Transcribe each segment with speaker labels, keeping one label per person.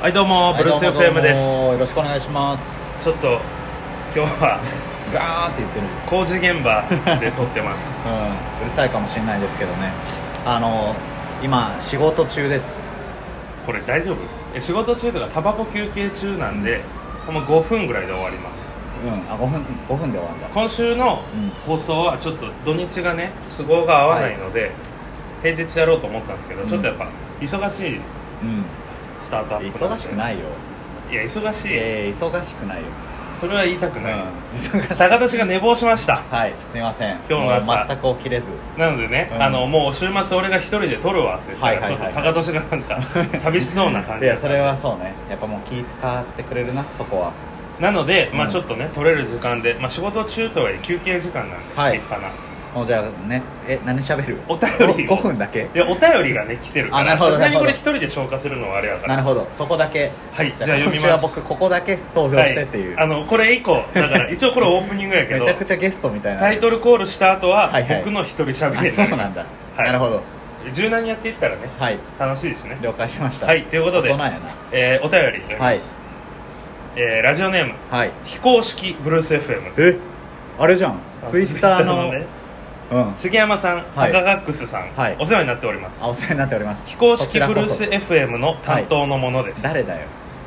Speaker 1: はいどうもブルース FM です
Speaker 2: よろしくお願いします
Speaker 1: ちょっと今日は
Speaker 2: ガーって言ってる、
Speaker 1: 工事現場で撮ってます
Speaker 2: うん、うるさいかもしれないですけどねあの今仕事中です
Speaker 1: これ大丈夫え仕事中とかタバコ休憩中なんでほんま5分ぐらいで終わります
Speaker 2: うんあ5分5分で終わるんだ
Speaker 1: 今週の
Speaker 2: うん
Speaker 1: 放送はちょっと土日がね都合が合わないので、平日やろうと思ったんですけど、
Speaker 2: うん
Speaker 1: ちょっとやっぱ忙しいスタートア
Speaker 2: うん
Speaker 1: ップ
Speaker 2: 忙しく
Speaker 1: い
Speaker 2: ないよ
Speaker 1: いや忙しい、
Speaker 2: えー、忙しくないよ、
Speaker 1: それは言いたく
Speaker 2: うん
Speaker 1: ない、、
Speaker 2: 忙しい
Speaker 1: 高年が寝坊しました
Speaker 2: はいすいません
Speaker 1: 今日の朝
Speaker 2: もう全く起きれず
Speaker 1: なのでね、
Speaker 2: うん
Speaker 1: あのもう週末俺が一人で撮るわって言ったら、
Speaker 2: はいはいはいはい
Speaker 1: ちょっと高年がなん か寂しそうな感
Speaker 2: い
Speaker 1: じだ
Speaker 2: や
Speaker 1: った
Speaker 2: それはそうねやっぱもう気使ってくれるなそこは
Speaker 1: なので、ま
Speaker 2: う
Speaker 1: あ
Speaker 2: ん
Speaker 1: ちょっとね撮れる時間で、まあ、仕事中とはいえ休憩時間なんで、
Speaker 2: はい
Speaker 1: 立派な
Speaker 2: もうじゃあねえ何喋る
Speaker 1: お便りを
Speaker 2: 5分だけ
Speaker 1: でお便りがね来てるか
Speaker 2: あな
Speaker 1: ら
Speaker 2: るほど
Speaker 1: さすがにこれ
Speaker 2: な
Speaker 1: 一
Speaker 2: る
Speaker 1: 人で消化するのはあれやか
Speaker 2: なる
Speaker 1: ら
Speaker 2: ほどそこだけ
Speaker 1: はいじ
Speaker 2: じ
Speaker 1: ゃあ
Speaker 2: ゃあ
Speaker 1: 読み
Speaker 2: 今週は
Speaker 1: ます
Speaker 2: 僕ここだけ投票してっていう、
Speaker 1: はい、あのこれ以降だから一応これオープニングやけ
Speaker 2: め
Speaker 1: ど
Speaker 2: ちゃくちゃゲストみたいな
Speaker 1: タイトルコールした後は、
Speaker 2: はいはい
Speaker 1: 僕の一人しゃべり
Speaker 2: あ
Speaker 1: に
Speaker 2: そ
Speaker 1: な
Speaker 2: う
Speaker 1: り
Speaker 2: な
Speaker 1: ま
Speaker 2: ん
Speaker 1: す
Speaker 2: だ、
Speaker 1: はい
Speaker 2: なるほど
Speaker 1: 柔軟にやっていったらね
Speaker 2: はい
Speaker 1: 楽しいですね
Speaker 2: 了解しました
Speaker 1: はいということで
Speaker 2: 大人やな
Speaker 1: えーお便り読み
Speaker 2: は
Speaker 1: ま
Speaker 2: い
Speaker 1: す、えーラジオネーム
Speaker 2: はい
Speaker 1: 非公式ブルース FM
Speaker 2: えあれじゃんツイッターの
Speaker 1: ね
Speaker 2: うん
Speaker 1: 重山さん、
Speaker 2: はい
Speaker 1: 赤ガックスさん、
Speaker 2: はい
Speaker 1: お世話になっております
Speaker 2: あお世話になっております
Speaker 1: 非公式ブルー
Speaker 2: こ
Speaker 1: ス
Speaker 2: ちらこ
Speaker 1: FM の担当のものです、
Speaker 2: そ誰だよ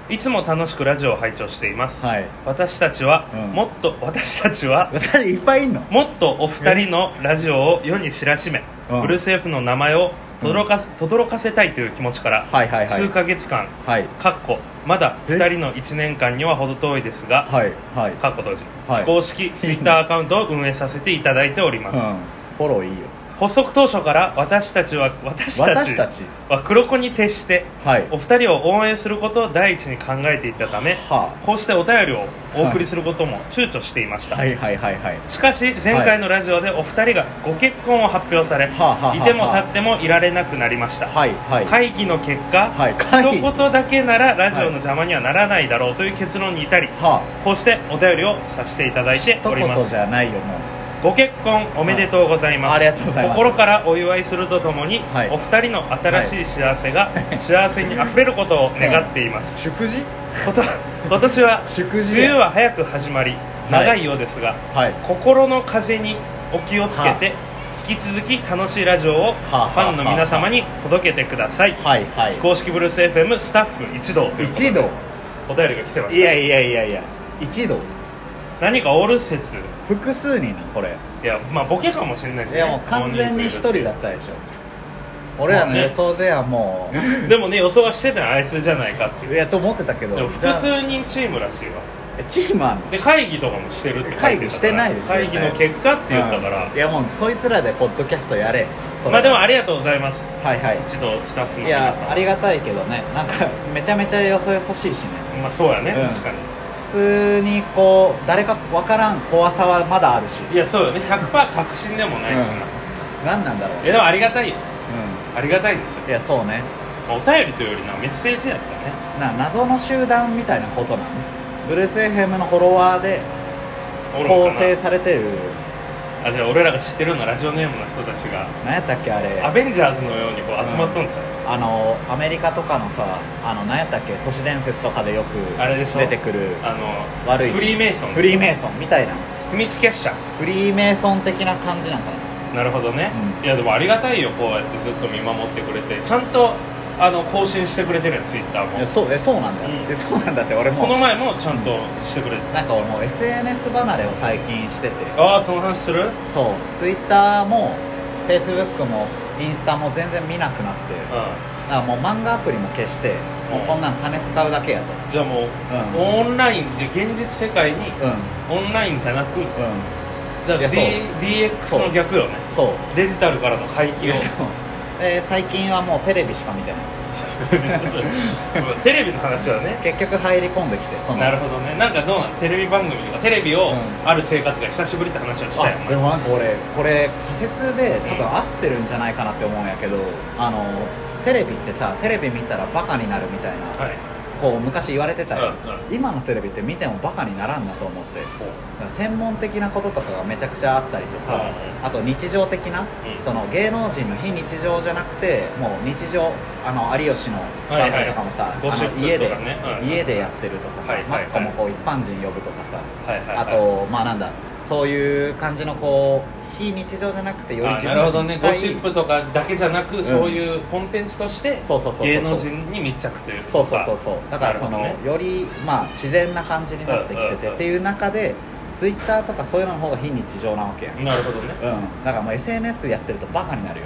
Speaker 1: い、つも楽しくラジオを拝聴しています、
Speaker 2: はい
Speaker 1: 私たちは、
Speaker 2: うん
Speaker 1: もっと私たちは
Speaker 2: 私いっぱいいんの
Speaker 1: もっとお二人のラジオを世に知らしめ、
Speaker 2: うん
Speaker 1: ブルース F の名前を轟かせ,、轟かせたいという気持ちから、
Speaker 2: はいはいはい
Speaker 1: 数ヶ月間
Speaker 2: はい
Speaker 1: かっこまだ二人の1年間には程遠いですが
Speaker 2: はいはい
Speaker 1: かっこ当時、
Speaker 2: はい
Speaker 1: 非公式ツイッターアカウントを運営させていただいております、
Speaker 2: うんフォローいいよ
Speaker 1: 発足当初から私たちは私た
Speaker 2: 私
Speaker 1: ち
Speaker 2: たち
Speaker 1: は黒子に徹して
Speaker 2: はい
Speaker 1: お二人を応援することを第一に考えていたため
Speaker 2: は
Speaker 1: こうしてお便りをお送りすることも躊躇していまし
Speaker 2: あ
Speaker 1: た、
Speaker 2: はいはいはいはいは
Speaker 1: しかし前回のラジオでお二人がご結婚を発表され、
Speaker 2: あはあはあ
Speaker 1: いても立ってもいられなくなりました、
Speaker 2: はいはい
Speaker 1: 会議の結果、
Speaker 2: はい会議
Speaker 1: 一言だけならラジオの邪魔にはならないだろうという結論に至り
Speaker 2: は
Speaker 1: こうしてお便りをさせていただいて
Speaker 2: 一
Speaker 1: おりま
Speaker 2: 言
Speaker 1: す
Speaker 2: じゃないよもう
Speaker 1: ご結婚おめでとうございます、
Speaker 2: はいありがとうございます
Speaker 1: 心からお祝いするとともに、
Speaker 2: はい
Speaker 1: お二人の新しい幸せが、幸せにあふれることを願っています、
Speaker 2: 祝辞
Speaker 1: こと今年は
Speaker 2: 祝辞
Speaker 1: 梅雨は早く始まり長いようですが、
Speaker 2: はい
Speaker 1: 心の風にお気をつけて引き続き楽しいラジオをフ
Speaker 2: あはあ
Speaker 1: ァンの皆様に届けてください
Speaker 2: はいはい
Speaker 1: 非公式ブルース FM スタッフ一同ということで
Speaker 2: 一同
Speaker 1: お便りが来てます
Speaker 2: いやいやいやいや一同
Speaker 1: 何かおる説
Speaker 2: 複数人なこれ
Speaker 1: いやまあボケかもしれないじ
Speaker 2: い
Speaker 1: ゃ
Speaker 2: や
Speaker 1: な
Speaker 2: も
Speaker 1: いう
Speaker 2: 完全に一人だったでしょ俺らの予想勢はも
Speaker 1: でもね予想はしてたのあいつじゃないかっていう
Speaker 2: ういやと思ってたけど
Speaker 1: でも複数人チームらしいわ
Speaker 2: えチームあんの
Speaker 1: で会議とかもしてるって書いてたから
Speaker 2: 会議してないでしょ
Speaker 1: 会議の結果って言ったから
Speaker 2: うんいやもうそいつらでポッドキャストやれそれ
Speaker 1: まあでもありがとうございます
Speaker 2: はいは
Speaker 1: 一同スタッフの
Speaker 2: いい
Speaker 1: 皆さん
Speaker 2: やありがたいけどねなんかめちゃめちゃよそよそしいしね
Speaker 1: まあそうやね、
Speaker 2: うん
Speaker 1: 確かに
Speaker 2: 普通にこう誰か分からん怖さはまだあるし
Speaker 1: いやそうよね100%確信でもないしな、
Speaker 2: 何なんだろう
Speaker 1: いやでもありがたいよ
Speaker 2: う
Speaker 1: ありがたいですよ
Speaker 2: んいやそうね
Speaker 1: まあお便りというよりなメッセージやったね
Speaker 2: な謎の集団みたいなことなのブルース FM のフォロワーで
Speaker 1: おるんかな
Speaker 2: 構成されてる
Speaker 1: あじゃあ俺らが知ってるようなラジオネームの人たちが
Speaker 2: 何やったっけあれ
Speaker 1: アベンジャーズのようにこう集まっとんじゃん、
Speaker 2: あのアメリカとかのさあの何やったっけ都市伝説とかでよく
Speaker 1: あれでしょ
Speaker 2: 出てくる
Speaker 1: あの
Speaker 2: 悪い
Speaker 1: フリーメイソン
Speaker 2: フリーメイソンみたいな
Speaker 1: 秘密結社
Speaker 2: フリーメイソン的な感じなんかな
Speaker 1: なるほどね、
Speaker 2: うん
Speaker 1: いやでもありがたいよこうやってずっと見守ってくれてちゃんとあの更新してくれてるよツイッター
Speaker 2: い
Speaker 1: も
Speaker 2: やそうえそうなんだよ、
Speaker 1: うん
Speaker 2: でそうなんだって俺も
Speaker 1: この前もちゃんとしてくれて、
Speaker 2: なんか俺もう SNS 離れを最近してて
Speaker 1: ああその話する
Speaker 2: そう Twitter も Facebook もインスタも全然見なくなって
Speaker 1: うん
Speaker 2: だからもう漫画アプリも消してもうこんなん金使うだけやと
Speaker 1: じゃあもう、
Speaker 2: うん
Speaker 1: オンラインで現実世界に
Speaker 2: うん
Speaker 1: オンラインじゃなく
Speaker 2: うん
Speaker 1: だ
Speaker 2: い
Speaker 1: から、
Speaker 2: や
Speaker 1: D
Speaker 2: そう、
Speaker 1: DX の逆よね
Speaker 2: そう
Speaker 1: デジタルからの回帰をちょ
Speaker 2: そうで最近はもうテレビしか見てない
Speaker 1: っ とテレビの話はね
Speaker 2: 結局入り込んできてその
Speaker 1: なるほどねなんかどうなんテレビ番組とかテレビを
Speaker 2: うん
Speaker 1: ある生活が久しぶりって話をしたよ、
Speaker 2: あ
Speaker 1: お前
Speaker 2: でもなんか俺これ仮説で多分合ってるんじゃないかなって思うんやけどあのテレビってさテレビ見たらバカになるみたいな
Speaker 1: はい
Speaker 2: こう昔言われてたよ、
Speaker 1: う
Speaker 2: 今のテレビって見てもバカにならんなと思ってだから専門的なこととかがめちゃくちゃあったりとか、あと日常的な、
Speaker 1: うん
Speaker 2: その芸能人の非日常じゃなくてもう日常あの有吉の
Speaker 1: はい
Speaker 2: 番
Speaker 1: はい
Speaker 2: 組とかもさ、
Speaker 1: ゴシッ
Speaker 2: あ
Speaker 1: プ
Speaker 2: の家で、
Speaker 1: とかねうん
Speaker 2: 家でやってるとかさ、
Speaker 1: はいはいはい
Speaker 2: マツコもこう一般人呼ぶとかさ、
Speaker 1: はいはいはい
Speaker 2: あとまあなんだそういう感じのこう非日常じゃなくてより
Speaker 1: あ
Speaker 2: 自
Speaker 1: なるほど
Speaker 2: 分た
Speaker 1: ね
Speaker 2: ち
Speaker 1: ゴ
Speaker 2: に
Speaker 1: シッ
Speaker 2: 近い
Speaker 1: プとかだけじゃなく、
Speaker 2: ん
Speaker 1: そういうコンテンツとして
Speaker 2: そうそうそうそうそ
Speaker 1: 芸
Speaker 2: う
Speaker 1: 能人に密着というか
Speaker 2: そうそうそうそうだからその、
Speaker 1: なるほどね
Speaker 2: よりまあ自然な感じになってきて
Speaker 1: うんうんう
Speaker 2: て
Speaker 1: ん
Speaker 2: っていう中でツイッターとかそういうのの方が非日常なわけやん、うん、
Speaker 1: なるほどね
Speaker 2: だからもう SNS やってるとバカになるよ、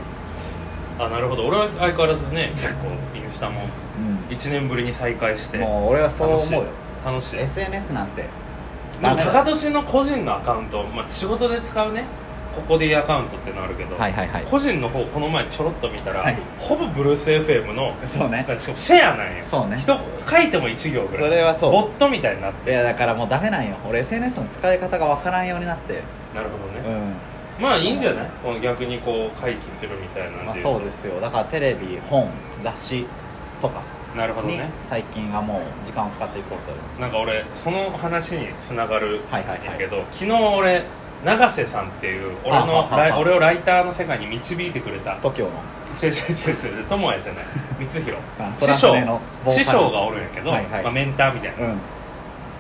Speaker 1: あなるほど俺は相変わらずね結構インスタも
Speaker 2: う
Speaker 1: 1年ぶりに再開して
Speaker 2: ん、もう俺はそう
Speaker 1: 楽しい
Speaker 2: 思うよ
Speaker 1: 楽しい
Speaker 2: SNS なんて
Speaker 1: でも
Speaker 2: ダメだ
Speaker 1: 高年の個人のアカウント、まあ、仕事で使うねここでいいアカウントってのあるけど、
Speaker 2: はいはいはい
Speaker 1: 個人の方この前ちょろっと見たら、
Speaker 2: はい
Speaker 1: ほぼブルース FM の
Speaker 2: そうね
Speaker 1: しかもシェアなんよ
Speaker 2: そうね
Speaker 1: 人書いても1行ぐ
Speaker 2: そ
Speaker 1: らい
Speaker 2: れはそう
Speaker 1: ボットみたいになっ
Speaker 2: い
Speaker 1: て
Speaker 2: やだからもうダメなんよ俺 SNS の使い方がわからんようになって
Speaker 1: なるほど
Speaker 2: う
Speaker 1: ね、
Speaker 2: ん
Speaker 1: まあいいんじゃないこの逆にこう回帰するみたいなんで、
Speaker 2: まあそうですよだからテレビ本雑誌とか
Speaker 1: なるほど
Speaker 2: に
Speaker 1: ね
Speaker 2: 最近はもう時間を使っていこうと
Speaker 1: なんか俺その話につながる
Speaker 2: はいはい
Speaker 1: んや
Speaker 2: は
Speaker 1: け
Speaker 2: い
Speaker 1: ど、昨日俺永瀬さんっていう俺
Speaker 2: あは
Speaker 1: の
Speaker 2: はは
Speaker 1: ライ俺をライターの世界に導いてくれた
Speaker 2: TOKIO の
Speaker 1: 違う違う違う違う友也じゃない光弘
Speaker 2: あ
Speaker 1: 師
Speaker 2: 空船
Speaker 1: 匠
Speaker 2: のボーカル
Speaker 1: 師匠がおるんやけど、
Speaker 2: はいはい
Speaker 1: まあ、メンターみたいな
Speaker 2: うん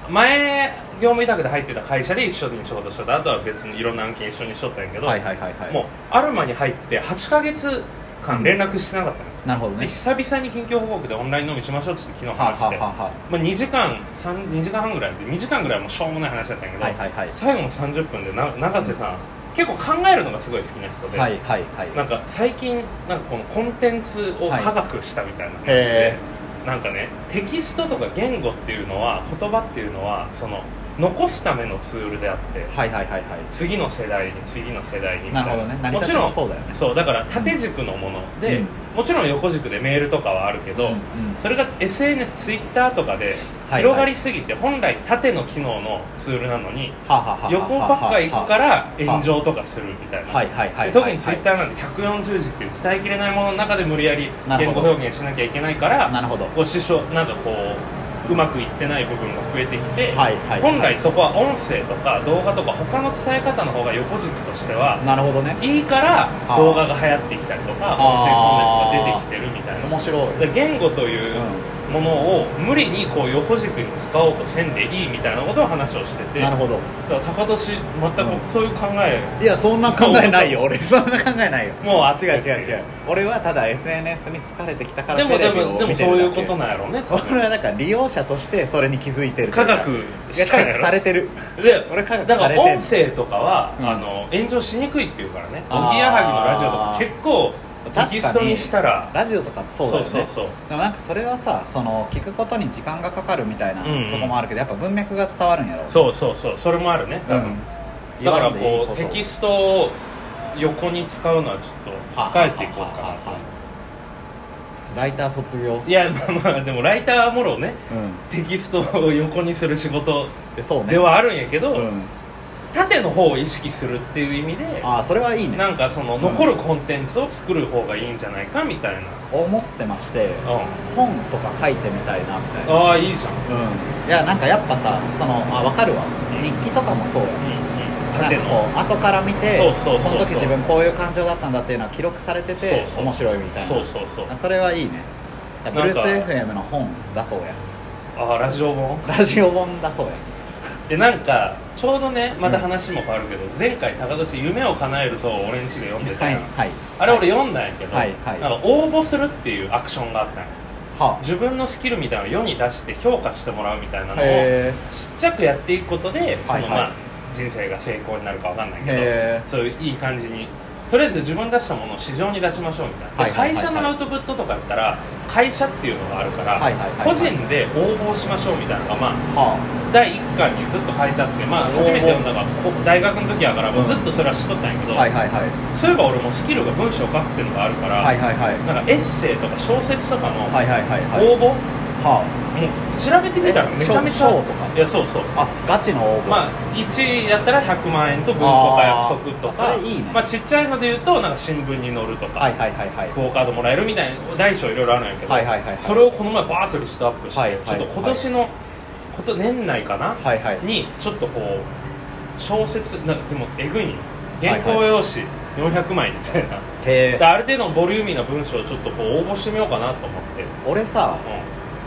Speaker 1: 前業務委託で入ってた会社で一緒に仕事しとったあとは別にいろんな案件一緒にしとったんやけど、
Speaker 2: はいはいはいはい
Speaker 1: もうアルマに入って8ヶ月間連絡してなかったの、
Speaker 2: なるほど
Speaker 1: で
Speaker 2: ね
Speaker 1: 久々に近況報告でオンライン飲みしましょうっつって昨日
Speaker 2: はあ
Speaker 1: 話して、
Speaker 2: はあは
Speaker 1: まあ、2時間三2時間半ぐらいで2時間ぐらいもうしょうもない話だったんやけ
Speaker 2: あ
Speaker 1: ど、
Speaker 2: はいはいはい
Speaker 1: 最後の30分でな永瀬さん、結構考えるのがすごい好きな人で、
Speaker 2: はいはいはい
Speaker 1: なんか最近なんかこのコンテンツを科学したみたいな話で、
Speaker 2: へ
Speaker 1: なんかねテキストとか言語っていうのは言葉っていうのはその残すためのツールであって
Speaker 2: はいはいはいは
Speaker 1: 次の世代に次の世代にみ
Speaker 2: い
Speaker 1: た
Speaker 2: ないるほどね成り
Speaker 1: も
Speaker 2: 立
Speaker 1: ち
Speaker 2: ち
Speaker 1: ろ
Speaker 2: も
Speaker 1: ん
Speaker 2: そうだよね
Speaker 1: そうだから縦軸のもので、
Speaker 2: うん
Speaker 1: もちろん横軸でメールとかはあるけど、
Speaker 2: うんうん
Speaker 1: それが SNS、ツイッターとかで
Speaker 2: はい
Speaker 1: 広がりすぎて、本来縦の機能のツールなのに、
Speaker 2: はあはあはあはあ
Speaker 1: 横ばっか行くから炎上とかするみたいな、
Speaker 2: はいはいはいはいはい
Speaker 1: で特にツイッターなんて140字っていう伝えきれないものの中で無理やり
Speaker 2: なる
Speaker 1: 言
Speaker 2: ほ
Speaker 1: 語
Speaker 2: ど
Speaker 1: 表現しなきゃいけないから
Speaker 2: なるほど
Speaker 1: こう支障なんかこううまくいってない部分が増えてきて、
Speaker 2: はいはいはい
Speaker 1: 本来そこは音声とか動画とか他の伝え方の方が横軸としては
Speaker 2: なるほどね
Speaker 1: いいから
Speaker 2: あー
Speaker 1: 動画が流行ってきたりとか音声コンテンツが出てきてるみたいな
Speaker 2: 面白い
Speaker 1: で言語といううんものを無理にこう横軸に使おうとせんでいいみたいなことを話をしてて
Speaker 2: なるほど
Speaker 1: だから高年全
Speaker 2: う
Speaker 1: くそういう考え
Speaker 2: いやそんな考えないよ俺そんな考えないよ
Speaker 1: もうあっ
Speaker 2: 違う違う違う俺はただ SNS に疲れてきたから
Speaker 1: でも
Speaker 2: テ
Speaker 1: で
Speaker 2: レ
Speaker 1: も
Speaker 2: ビ
Speaker 1: で
Speaker 2: を
Speaker 1: も
Speaker 2: 見て
Speaker 1: そう
Speaker 2: る
Speaker 1: い
Speaker 2: だ
Speaker 1: う
Speaker 2: け
Speaker 1: ことなんやろうね多
Speaker 2: 俺
Speaker 1: 分
Speaker 2: はだから利用者としてそれに気づいてるとい
Speaker 1: 科
Speaker 2: うか
Speaker 1: 学
Speaker 2: いや
Speaker 1: した
Speaker 2: 科
Speaker 1: んや
Speaker 2: 学さ
Speaker 1: ろ
Speaker 2: れてる
Speaker 1: で
Speaker 2: 俺科学
Speaker 1: だ
Speaker 2: さ
Speaker 1: か
Speaker 2: れ
Speaker 1: ら
Speaker 2: てる
Speaker 1: 音声とかは、
Speaker 2: うん
Speaker 1: あの炎上しにくいっていうからね
Speaker 2: あー
Speaker 1: おぎやはぎのラジオとか結構
Speaker 2: 確かに
Speaker 1: テキストにしたら
Speaker 2: ラジオとかそうだよね
Speaker 1: そうそう
Speaker 2: でもなんかそれはさその聞くことに時間がかかるみたいな
Speaker 1: うんうん
Speaker 2: とこもあるけど、やっぱ文脈が伝わるんやろ
Speaker 1: そうそうそうそれもあるね多分、
Speaker 2: ん
Speaker 1: だから
Speaker 2: 言わんでいい
Speaker 1: こう
Speaker 2: と
Speaker 1: テキストを横に使うのはちょっと控えていこうかな
Speaker 2: ライター卒業
Speaker 1: といやまあまあでもライターはもろね
Speaker 2: うん
Speaker 1: テキストを横にする仕事
Speaker 2: でそうね
Speaker 1: ではあるんやけど、
Speaker 2: うん、
Speaker 1: 縦の方を意識するっていう意味で
Speaker 2: ああそれはいいね
Speaker 1: なんかその残るコンテンツを作る方がいいんじゃないかみたいな、
Speaker 2: 思ってまして
Speaker 1: うん、
Speaker 2: 本とか書いてみたいなみたいな
Speaker 1: ああいいじゃん、うん
Speaker 2: うんいやなんかやっぱさそのあ分かるわ
Speaker 1: うん
Speaker 2: 日記とかもそうや
Speaker 1: うん、
Speaker 2: なん
Speaker 1: 縦
Speaker 2: かこ
Speaker 1: の
Speaker 2: う後から見て
Speaker 1: そうそうそうそう
Speaker 2: この時自分こういう感情だったんだっていうのは記録されてて
Speaker 1: そうそう
Speaker 2: 面白いみたいな
Speaker 1: そうそうそう
Speaker 2: あそれはいいねブ
Speaker 1: んか
Speaker 2: ルース FM の本だそうや
Speaker 1: ああラジオ 本
Speaker 2: ラジオ本だそうや
Speaker 1: でなんかちょうどねまた話も変わるけど、前回高年夢を叶える像を俺んちで読んでた
Speaker 2: はい
Speaker 1: やん、
Speaker 2: はい
Speaker 1: あれ俺読んだんやけど、
Speaker 2: はいはい
Speaker 1: なんか応募するっていうアクションがあったんや
Speaker 2: は
Speaker 1: 自分のスキルみたいなのを世に出して評価してもらうみたいな
Speaker 2: あ
Speaker 1: のを
Speaker 2: へ
Speaker 1: ちっちゃくやっていくことでその、
Speaker 2: はいはい
Speaker 1: まあ人生が成功になるかわかんない
Speaker 2: え
Speaker 1: けどそ
Speaker 2: へ
Speaker 1: ういういい感じにとりあえず自分出したものを市場に出しましょうみたいな、
Speaker 2: はいはいはいは
Speaker 1: で
Speaker 2: い
Speaker 1: 会社のアウトプットとかやったら会社っていうのがあるから、
Speaker 2: えはいはいはい
Speaker 1: 個人で応募しましょうみたいなのがまあ
Speaker 2: は
Speaker 1: 第1巻にずっと書いてあってまあ初めて読んだのがこ大学の時やからもうずっとそれは知っとったんやけ
Speaker 2: あ
Speaker 1: ど、
Speaker 2: はいはいはい
Speaker 1: そういえば俺もスキルが文章を書くっていうのがあるから、
Speaker 2: はいはいはい
Speaker 1: なんかエッセイとか小説とかの
Speaker 2: はいはいはいはい
Speaker 1: 応募
Speaker 2: は
Speaker 1: もう調べてみたら
Speaker 2: え
Speaker 1: めちゃめち
Speaker 2: 賞
Speaker 1: ゃ
Speaker 2: 賞とか
Speaker 1: いやそうそう
Speaker 2: ああガチの応募、
Speaker 1: まあ1やったら100万円と文庫化約束と
Speaker 2: あ
Speaker 1: か
Speaker 2: ーそれいいね
Speaker 1: まあ、ちっちゃいので言うとなんか新聞に載るとか、
Speaker 2: はいはいはいはい
Speaker 1: クオ・カードもらえるみたいな大小いろいろあるんやけど、
Speaker 2: はいはいはい
Speaker 1: それをこの前バーッとリストアップして、
Speaker 2: はいはい
Speaker 1: ちょっと今年の、こと年内かな、
Speaker 2: はいはい
Speaker 1: にちょっとこう小説なんかでもえぐいんよ原稿用紙400枚みたいな、
Speaker 2: へ
Speaker 1: で
Speaker 2: え
Speaker 1: ある程度のボリューミーな文章をちょっとこう応募してみようかなと思って、
Speaker 2: 俺さ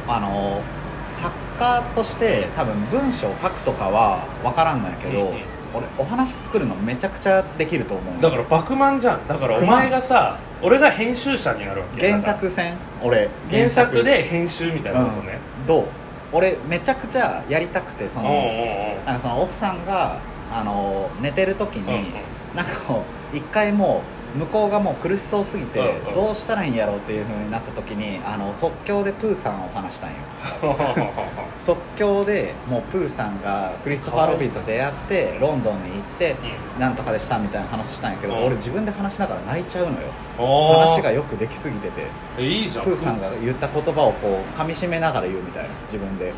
Speaker 1: う
Speaker 2: あの作家として多分文章書くとかは分からんのやけど、
Speaker 1: うんうん
Speaker 2: 俺お話作るのめちゃくちゃできると思うん
Speaker 1: だからバクマンじゃんだからお前がさ俺が編集者になるわけ
Speaker 2: 原
Speaker 1: だから
Speaker 2: 作戦俺
Speaker 1: 原作で編集みたいなことね、
Speaker 2: どう俺めちゃくちゃやりたくてそ
Speaker 1: うん、
Speaker 2: の、
Speaker 1: おう
Speaker 2: なんかその奥さんがあの寝てる時
Speaker 1: おうおううん
Speaker 2: に、なんかこう一回もう向こうがもう苦しそうすぎて、
Speaker 1: うんうん
Speaker 2: どうしたらいいんやろうっていう風になった時にあの即興でプーさんを話したんよ
Speaker 1: う
Speaker 2: 即興でもうプーさんがクリストファー・ロビーと出会ってロンドンに行って
Speaker 1: んうん
Speaker 2: なんとかでしたみたいな話したんやけど、
Speaker 1: うん
Speaker 2: 俺自分で話しながら泣いちゃうのよ
Speaker 1: おー
Speaker 2: 話がよくできすぎてて
Speaker 1: えいいじゃん
Speaker 2: プーさんが言った言葉をこう噛みしめながら言うみたいな自分で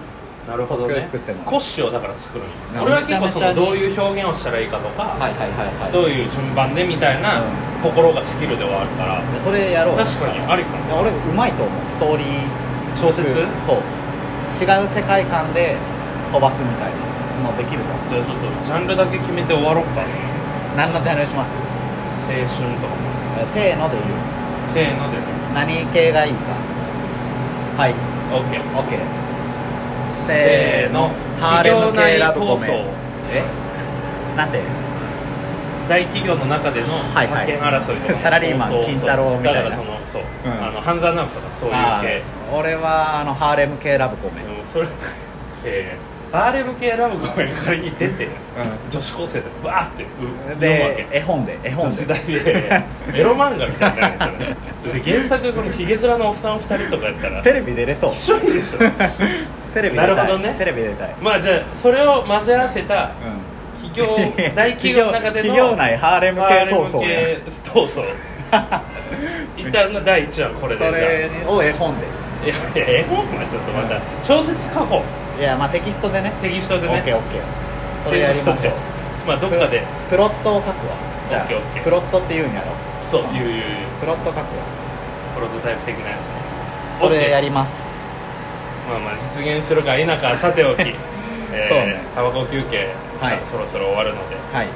Speaker 1: なるほど
Speaker 2: 即興で
Speaker 1: ね
Speaker 2: 作っても
Speaker 1: 骨子をだから作るんよ
Speaker 2: な
Speaker 1: 俺は結構
Speaker 2: めちゃめ
Speaker 1: そ
Speaker 2: ちゃ
Speaker 1: のどういう表現をしたらいいかとか、
Speaker 2: いはいはいは
Speaker 1: どういう順番でみたいなところがスキルではあるから、
Speaker 2: いやそれやろう
Speaker 1: 確かにありか
Speaker 2: い
Speaker 1: も
Speaker 2: や俺うまいと思うストーリー
Speaker 1: 小説じゃ
Speaker 2: そう違う世界観で飛ばすみたいなのできると思
Speaker 1: あちょっ
Speaker 2: う
Speaker 1: とジャンルだけ決めて終わろうか
Speaker 2: 何のジャンルにします
Speaker 1: 青春とかも
Speaker 2: せーので言う
Speaker 1: せーのでね
Speaker 2: 何系がいいかはい
Speaker 1: OK
Speaker 2: OK
Speaker 1: せーの
Speaker 2: ハーレム系ラブコメ
Speaker 1: 企業内闘
Speaker 2: え なんで
Speaker 1: 争大企業の中での
Speaker 2: はいは
Speaker 1: 派
Speaker 2: い
Speaker 1: 遣争いとか、
Speaker 2: サラリーマン
Speaker 1: そうそう
Speaker 2: 金太郎みたいな
Speaker 1: だからそのそう、
Speaker 2: うん
Speaker 1: あの半沢直樹とかそういう
Speaker 2: あ
Speaker 1: 系
Speaker 2: ー俺はあのハーレム系ラブコメ、
Speaker 1: でもそれ えー、バーレム系ラブコメが仮に出て女子高生でバーってう読むわけ
Speaker 2: で絵本で絵
Speaker 1: 女
Speaker 2: 本
Speaker 1: 子
Speaker 2: で
Speaker 1: 大でエロ漫画みたいになるんですよね原作このヒゲ面のおっさん2人とかやったら
Speaker 2: テレビ出れそう
Speaker 1: 一緒にでしょ
Speaker 2: テレビ出たい
Speaker 1: なるほどね
Speaker 2: テレビ出たい、
Speaker 1: まあじゃあそれを混ぜ合わせた企 業
Speaker 2: うん、
Speaker 1: 大企業の中での
Speaker 2: 企業内ハーレム系闘争 や
Speaker 1: 系闘争一旦の第1話これで
Speaker 2: それを絵本で
Speaker 1: じゃあいやいや絵本はちょっとまた小説書こ
Speaker 2: いやまあテキストでね
Speaker 1: うテキスト
Speaker 2: オ
Speaker 1: で
Speaker 2: ッケ
Speaker 1: ね
Speaker 2: ーオッケーそれやりましょ
Speaker 1: テ
Speaker 2: う
Speaker 1: キストでまあどっかで
Speaker 2: プロットを書くわじゃ
Speaker 1: オッケーオッケ
Speaker 2: あ
Speaker 1: ー
Speaker 2: プロットって言うんやろ
Speaker 1: そう
Speaker 2: の
Speaker 1: いういういう
Speaker 2: プロット書くわ
Speaker 1: プロトタイプ的なやつ
Speaker 2: それやり
Speaker 1: ま
Speaker 2: ます
Speaker 1: まあまあ実現するか否かはさて おき
Speaker 2: そうね
Speaker 1: えータバコ休憩
Speaker 2: はい
Speaker 1: そろそろ終わるので
Speaker 2: はい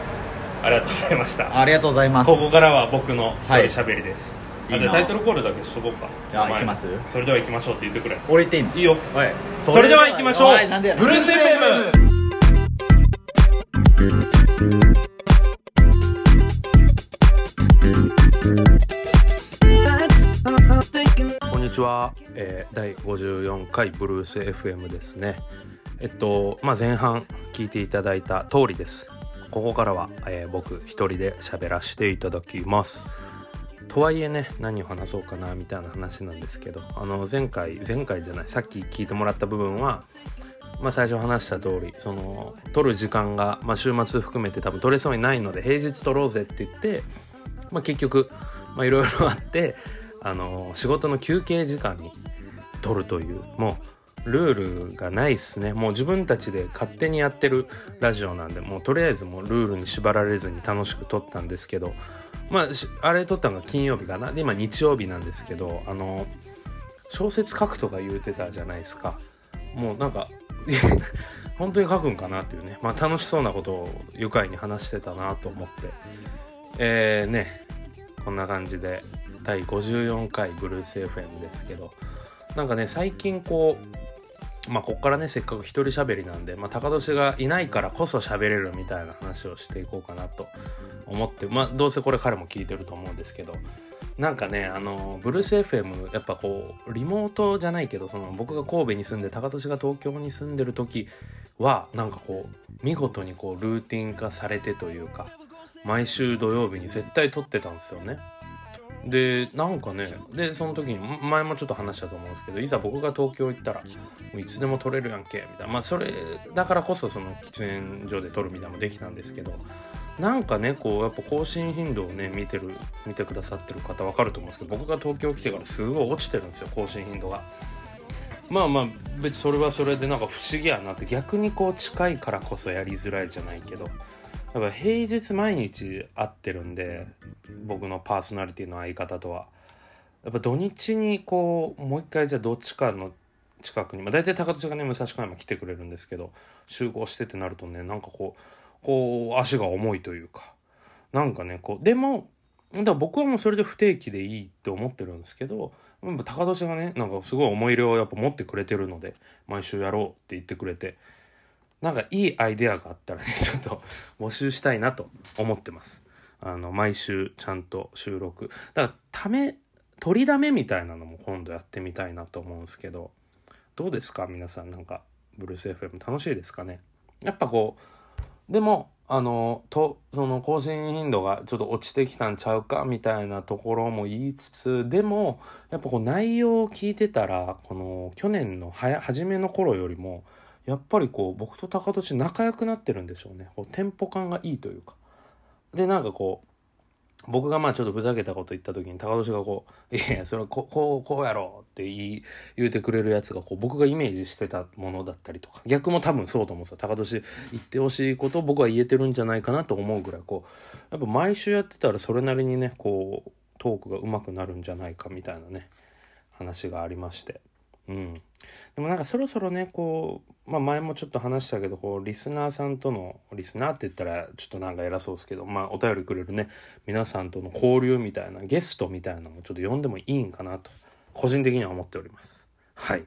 Speaker 1: ありがとうございました
Speaker 2: ありがとうございます
Speaker 1: ここからは僕の一人
Speaker 2: はい
Speaker 1: 喋りです、
Speaker 2: い
Speaker 1: あ
Speaker 2: いな
Speaker 1: じゃあタイトルコールだけしとこうか
Speaker 2: じゃあ
Speaker 1: お前
Speaker 2: 行きます
Speaker 1: それでは行きましょうって言ってくれ
Speaker 2: 俺言っていいの
Speaker 1: いいよ
Speaker 2: おい
Speaker 1: それでは行きましょう
Speaker 2: おいなんでやねん
Speaker 1: ブルース FM こんにちは、えー、第54回ブルース FM ですねえっと、まあ、前半聞いていただいた通りですここからは、えー僕一人で喋らせていただきますとはいえね何を話そうかなみたいな話なんですけどあの前回前回じゃないさっき聞いてもらった部分は、まあ、最初話した通りその撮る時間が、まあ、週末含めて多分撮れそうにないので平日撮ろうぜって言って、まあ、結局まあいろいろあってあの仕事の休憩時間に撮るというもうルールがないっすねもう自分たちで勝手にやってるラジオなんでもうとりあえずもうルールに縛られずに楽しく撮ったんですけどまあしあれ撮ったのが金曜日かなで今日曜日なんですけどあの小説書くとか言うてたじゃないですかもうなんか 本当に書くんかなっていうね、まあ、楽しそうなことを愉快に話してたなと思ってえー、ねこんな感じで第54回ブルース FM ですけどなんかね最近こうまあこっからねせっかく一人喋りなんで、まあ、高年がいないからこそ喋れるみたいな話をしていこうかなと思ってまあどうせこれ彼も聞いてると思うんですけどなんかねあのブルース FM やっぱこうリモートじゃないけどその僕が神戸に住んで高年が東京に住んでる時はなんかこう見事にこうルーティン化されてというか毎週土曜日に絶対撮ってたんですよね。でなんかねでその時にん前もちょっと話したと思うんですけどいざ僕が東京行ったらもういつでも撮れるやんけみたいなまあそれだからこそその喫煙所で撮るみたいなのもできたんですけどなんかねこうやっぱ更新頻度をね見てる見てくださってる方わかると思うんですけど僕が東京来てからすごい落ちてるんですよ更新頻度が。まあまあ別にそれはそれでなんか不思議やなって逆にこう近いからこそやりづらいじゃないけどやっぱ平日毎日会ってるんで僕のパーソナリティの相方とはやっぱ土日にこうもう一回じゃあどっちかの近くに、まあ、大体高戸がね武蔵小山来てくれるんですけど集合してってなるとねなんかこうこう足が重いというかなんかねこうでもだから僕はもうそれで不定期でいいって思ってるんですけどやっぱ高年がねなんかすごい思い入れをやっぱ持ってくれてるので毎週やろうって言ってくれてなんかいいアイデアがあったらねちょっと募集したいなと思ってますあの毎週ちゃんと収録だからため取りだめみたいなのも今度やってみたいなと思うんですけどどうですか皆さんなんかブルース FM 楽しいですかねやっぱこうでもあのとその更新頻度がちょっと落ちてきたんちゃうかみたいなところも言いつつでもやっぱこう内容を聞いてたらこの去年のはや初めの頃よりもやっぱりこう僕と高俊仲良くなってるんでしょうねこうテンポ感がいいというかでなんかこう僕がまあちょっとふざけたこと言った時に高俊がこう「いやいやそれはここうこうやろ」って言い言うてくれるやつがこう僕がイメージしてたものだったりとか逆も多分そうと思うんですよ高俊言ってほしいことを僕は言えてるんじゃないかなと思うぐらいこうやっぱ毎週やってたらそれなりにねこうトークが上手くなるんじゃないかみたいなね話がありまして。うん、でもなんかそろそろねこう、まあ、前もちょっと話したけどこうリスナーさんとのリスナーって言ったらちょっとなんか偉そうですけど、まあ、お便りくれるね皆さんとの交流みたいなゲストみたいなのもちょっと呼んでもいいんかなと個人的には思っておりますはい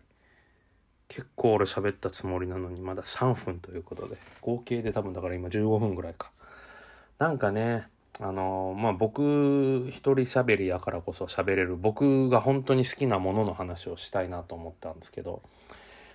Speaker 1: 結構俺喋ったつもりなのにまだ3分ということで合計で多分だから今15分ぐらいかなんかねあのまあ僕一人喋りやからこそ喋れる僕が本当に好きなものの話をしたいなと思ったんですけど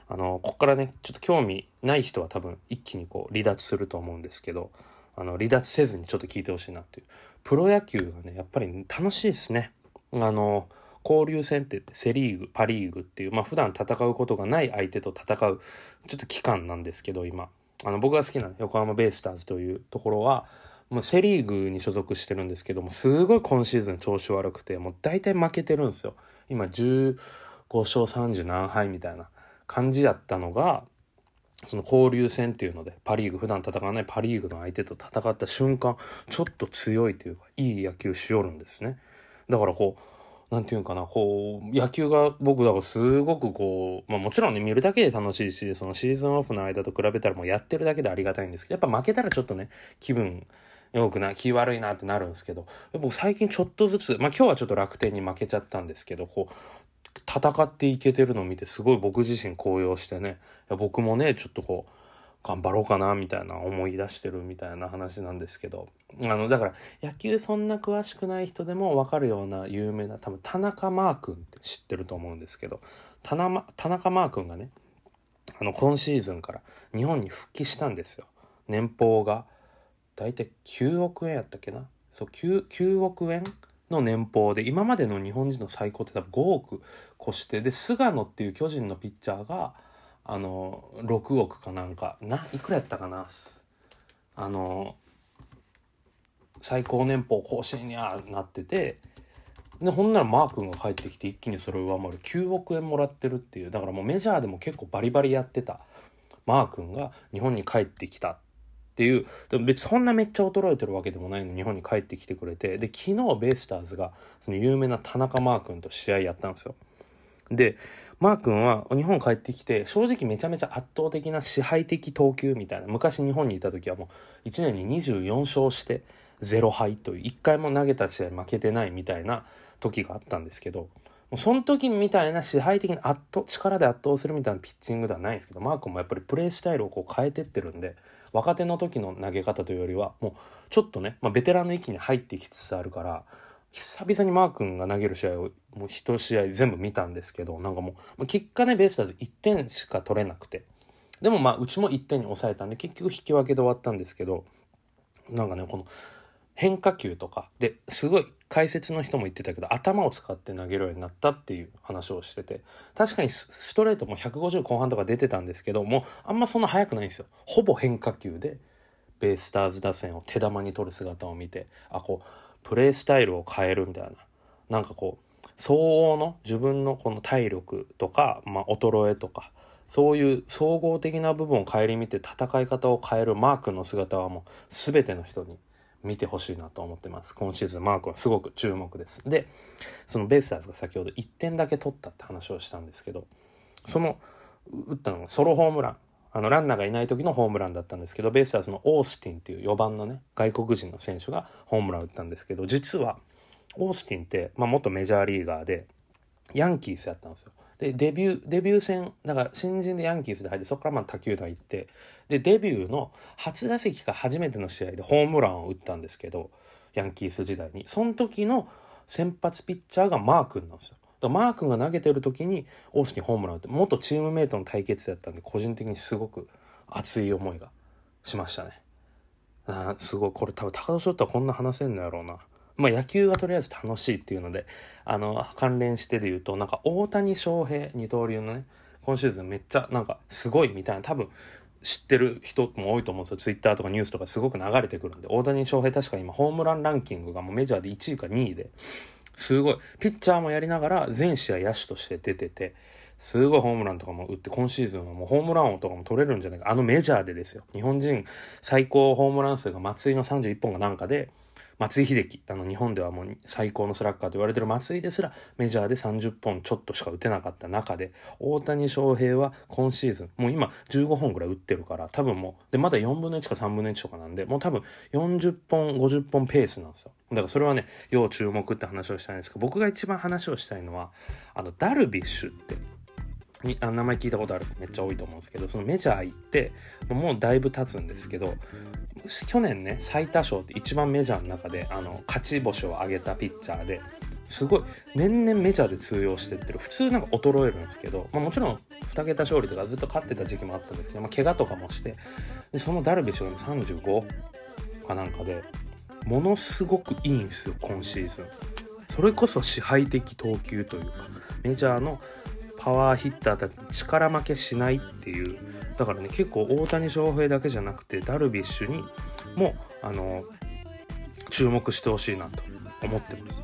Speaker 1: あのここからねちょっと興味ない人は多分一気にこう離脱すると思うんですけどあの離脱せずにちょっと聞いてほしいなっていうプロ野球がねやっぱり楽しいですねあの交流戦って言ってセ・リーグパ・リーグっていうまあ普段戦うことがない相手と戦うちょっと期間なんですけど今あの僕が好きな横浜ベイスターズというところはもうセ・リーグに所属してるんですけどもすごい今シーズン調子悪くてもう大体負けてるんですよ今15勝30何敗みたいな感じやったのがその交流戦っていうのでパ・リーグ普段戦わないパ・リーグの相手と戦った瞬間ちょっと強いというかいい野球しよるんですねだからこうなんていうんかなこう野球が僕だからすごくこう、まあ、もちろんね見るだけで楽しいしそのシーズンオフの間と比べたらもうやってるだけでありがたいんですけどやっぱ負けたらちょっとね気分よくな気悪いなってなるんですけど僕最近ちょっとずつ、まあ、今日はちょっと楽天に負けちゃったんですけどこう戦っていけてるのを見てすごい僕自身高揚してねいや僕もねちょっとこう頑張ろうかなみたいな思い出してるみたいな話なんですけどあのだから野球そんな詳しくない人でも分かるような有名な多分田中マー君って知ってると思うんですけど田中田中マー君がねあの今シーズンから日本に復帰したんですよ年俸が。大体9億円やったっけなそう 9, 9億円の年俸で今までの日本人の最高って多分5億越してで菅野っていう巨人のピッチャーがあの6億かなんかないくらやったかなすあの最高年俸更新にゃーなっててでほんならマー君が帰ってきて一気にそれを上回る9億円もらってるっていうだからもうメジャーでも結構バリバリやってたマー君が日本に帰ってきたっていうでも別にそんなめっちゃ衰えてるわけでもないのに日本に帰ってきてくれてで昨日ベイスターズがその有名な田中マー君と試合やったんですよ。でマー君は日本帰ってきて正直めちゃめちゃ圧倒的な支配的投球みたいな昔日本にいた時はもう1年に24勝して0敗という1回も投げた試合負けてないみたいな時があったんですけどもうその時みたいな支配的な圧倒力で圧倒するみたいなピッチングではないんですけどマー君もやっぱりプレースタイルをこう変えてってるんで若手の時の投げ方というよりはもうちょっとね、まあ、ベテランの域に入ってきつつあるから久々にマー君が投げる試合をもう一試合全部見たんですけどなんかもう、まあ、結果ねベイスターズ1点しか取れなくてでもまあうちも1点に抑えたんで結局引き分けで終わったんですけどなんかねこの変化球とかですごい解説の人も言ってたけど頭を使って投げるようになったっていう話をしてて確かにスストレートも150後半とか出てたんですけどもうあんまそんな速くないんですよほぼ変化球でベイスターズ打線を手玉に取る姿を見てあこうプレースタイルを変えるみたいななんかこう相応の自分のこの体力とか、まあ、衰えとかそういう総合的な部分を顧みて戦い方を変えるマー君の姿はもう全ての人に見てほしいなと思ってます今シーズンマー君はすごく注目ですでそのベイスターズが先ほど1点だけ取ったって話をしたんですけどその打ったのがソロホームランあのランナーがいない時のホームランだったんですけどベイスターズのオースティンっていう4番のね外国人の選手がホームランを打ったんですけど実はオースティンって、まあ、元メジャーリーガーでヤンキースやったんですよでデビューデビュー戦だから新人でヤンキースで入ってそこからまあ他球団行ってでデビューの初打席か初めての試合でホームランを打ったんですけどヤンキース時代にその時の先発ピッチャーがマー君なんですよだからマー君が投げてる時にオースティンホームラン打って元チームメートの対決だったんで個人的にすごく熱い思いがしましたねあーすごいこれ多分高田翔太はこんな話せんのやろうなまあ野球はとりあえず楽しいっていうのであの関連してで言うとなんか大谷翔平二刀流のね今シーズンめっちゃなんかすごいみたいな多分知ってる人も多いと思うんですよツイッターとかニュースとかすごく流れてくるんで大谷翔平確か今ホームランランキングがもうメジャーで1位か2位ですごいピッチャーもやりながら全試合野手として出ててすごいホームランとかも打って今シーズンはもうホームラン王とかも取れるんじゃないかあのメジャーでですよ日本人最高ホームラン数が松井の31本がなんかで松井秀喜あの日本ではもう最高のスラッガーと言われてる松井ですらメジャーで30本ちょっとしか打てなかった中で大谷翔平は今シーズンもう今15本ぐらい打ってるから多分もうでまだ4分の1か3分の1とかなんでもう多分40本50本ペースなんですよだからそれはね要注目って話をしたいんですけど僕が一番話をしたいのはあのダルビッシュってにあ名前聞いたことあるってめっちゃ多いと思うんですけどそのメジャー行ってもうだいぶ経つんですけど去年ね最多勝って一番メジャーの中であの勝ち星を挙げたピッチャーですごい年々メジャーで通用してってる普通なんか衰えるんですけど、まあ、もちろん2桁勝利とかずっと勝ってた時期もあったんですけど、まあ、怪我とかもしてでそのダルビッシュが今35かなんかでものすごくいいんですよ今シーズンそれこそ支配的投球というかメジャーのパワーヒッターたちに力負けしないっていうだからね結構大谷翔平だけじゃなくてダルビッシュにもあの注目してほしいなと思ってます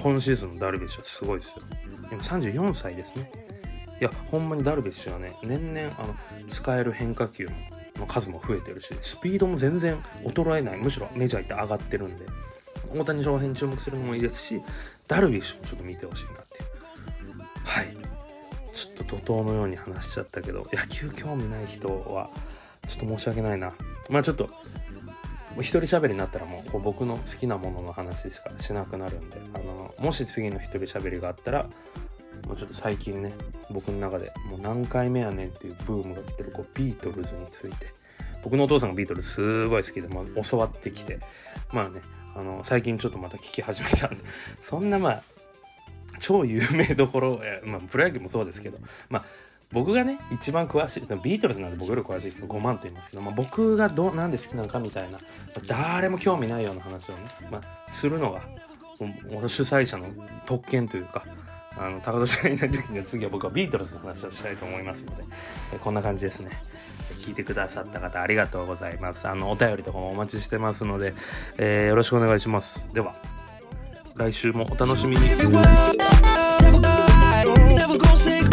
Speaker 1: 今シーズンのダルビッシュはすごいですよ今34歳ですねいやほんまにダルビッシュはね年々あの使える変化球の数も増えてるしスピードも全然衰えないむしろメジャー行って上がってるんで大谷翔平に注目するのもいいですしダルビッシュもちょっと見てほしいなっていうはいちょっと怒涛のように話しちゃったけど野球興味ない人はちょっと申し訳ないなまあちょっと一人喋りになったらもうこう僕の好きなものの話しかしなくなるんであのもし次の一人喋りがあったらもうちょっと最近ね僕の中でもう何回目やねんっていうブームが来てるこうビートルズについて僕のお父さんがビートルズすごい好きで、まあ、教わってきてまあねあの最近ちょっとまた聞き始めたんでそんなまあ超有名どころ、えまあ、プロ野球もそうですけど、まあ、僕がね一番詳しいそのビートルズなんて僕より詳しい人5万と言いますけど、まあ、僕がどうなんで好きなのかみたいな、まあ誰も興味ないような話をね、まあ、するのがもう主催者の特権というか。あの高田氏がいない時には次は僕はビートルズの話をしたいと思いますのでえこんな感じですね聞いてくださった方ありがとうございますあのお便りとかもお待ちしてますので、えーよろしくお願いしますでは来週もお楽しみに
Speaker 3: Never gonna say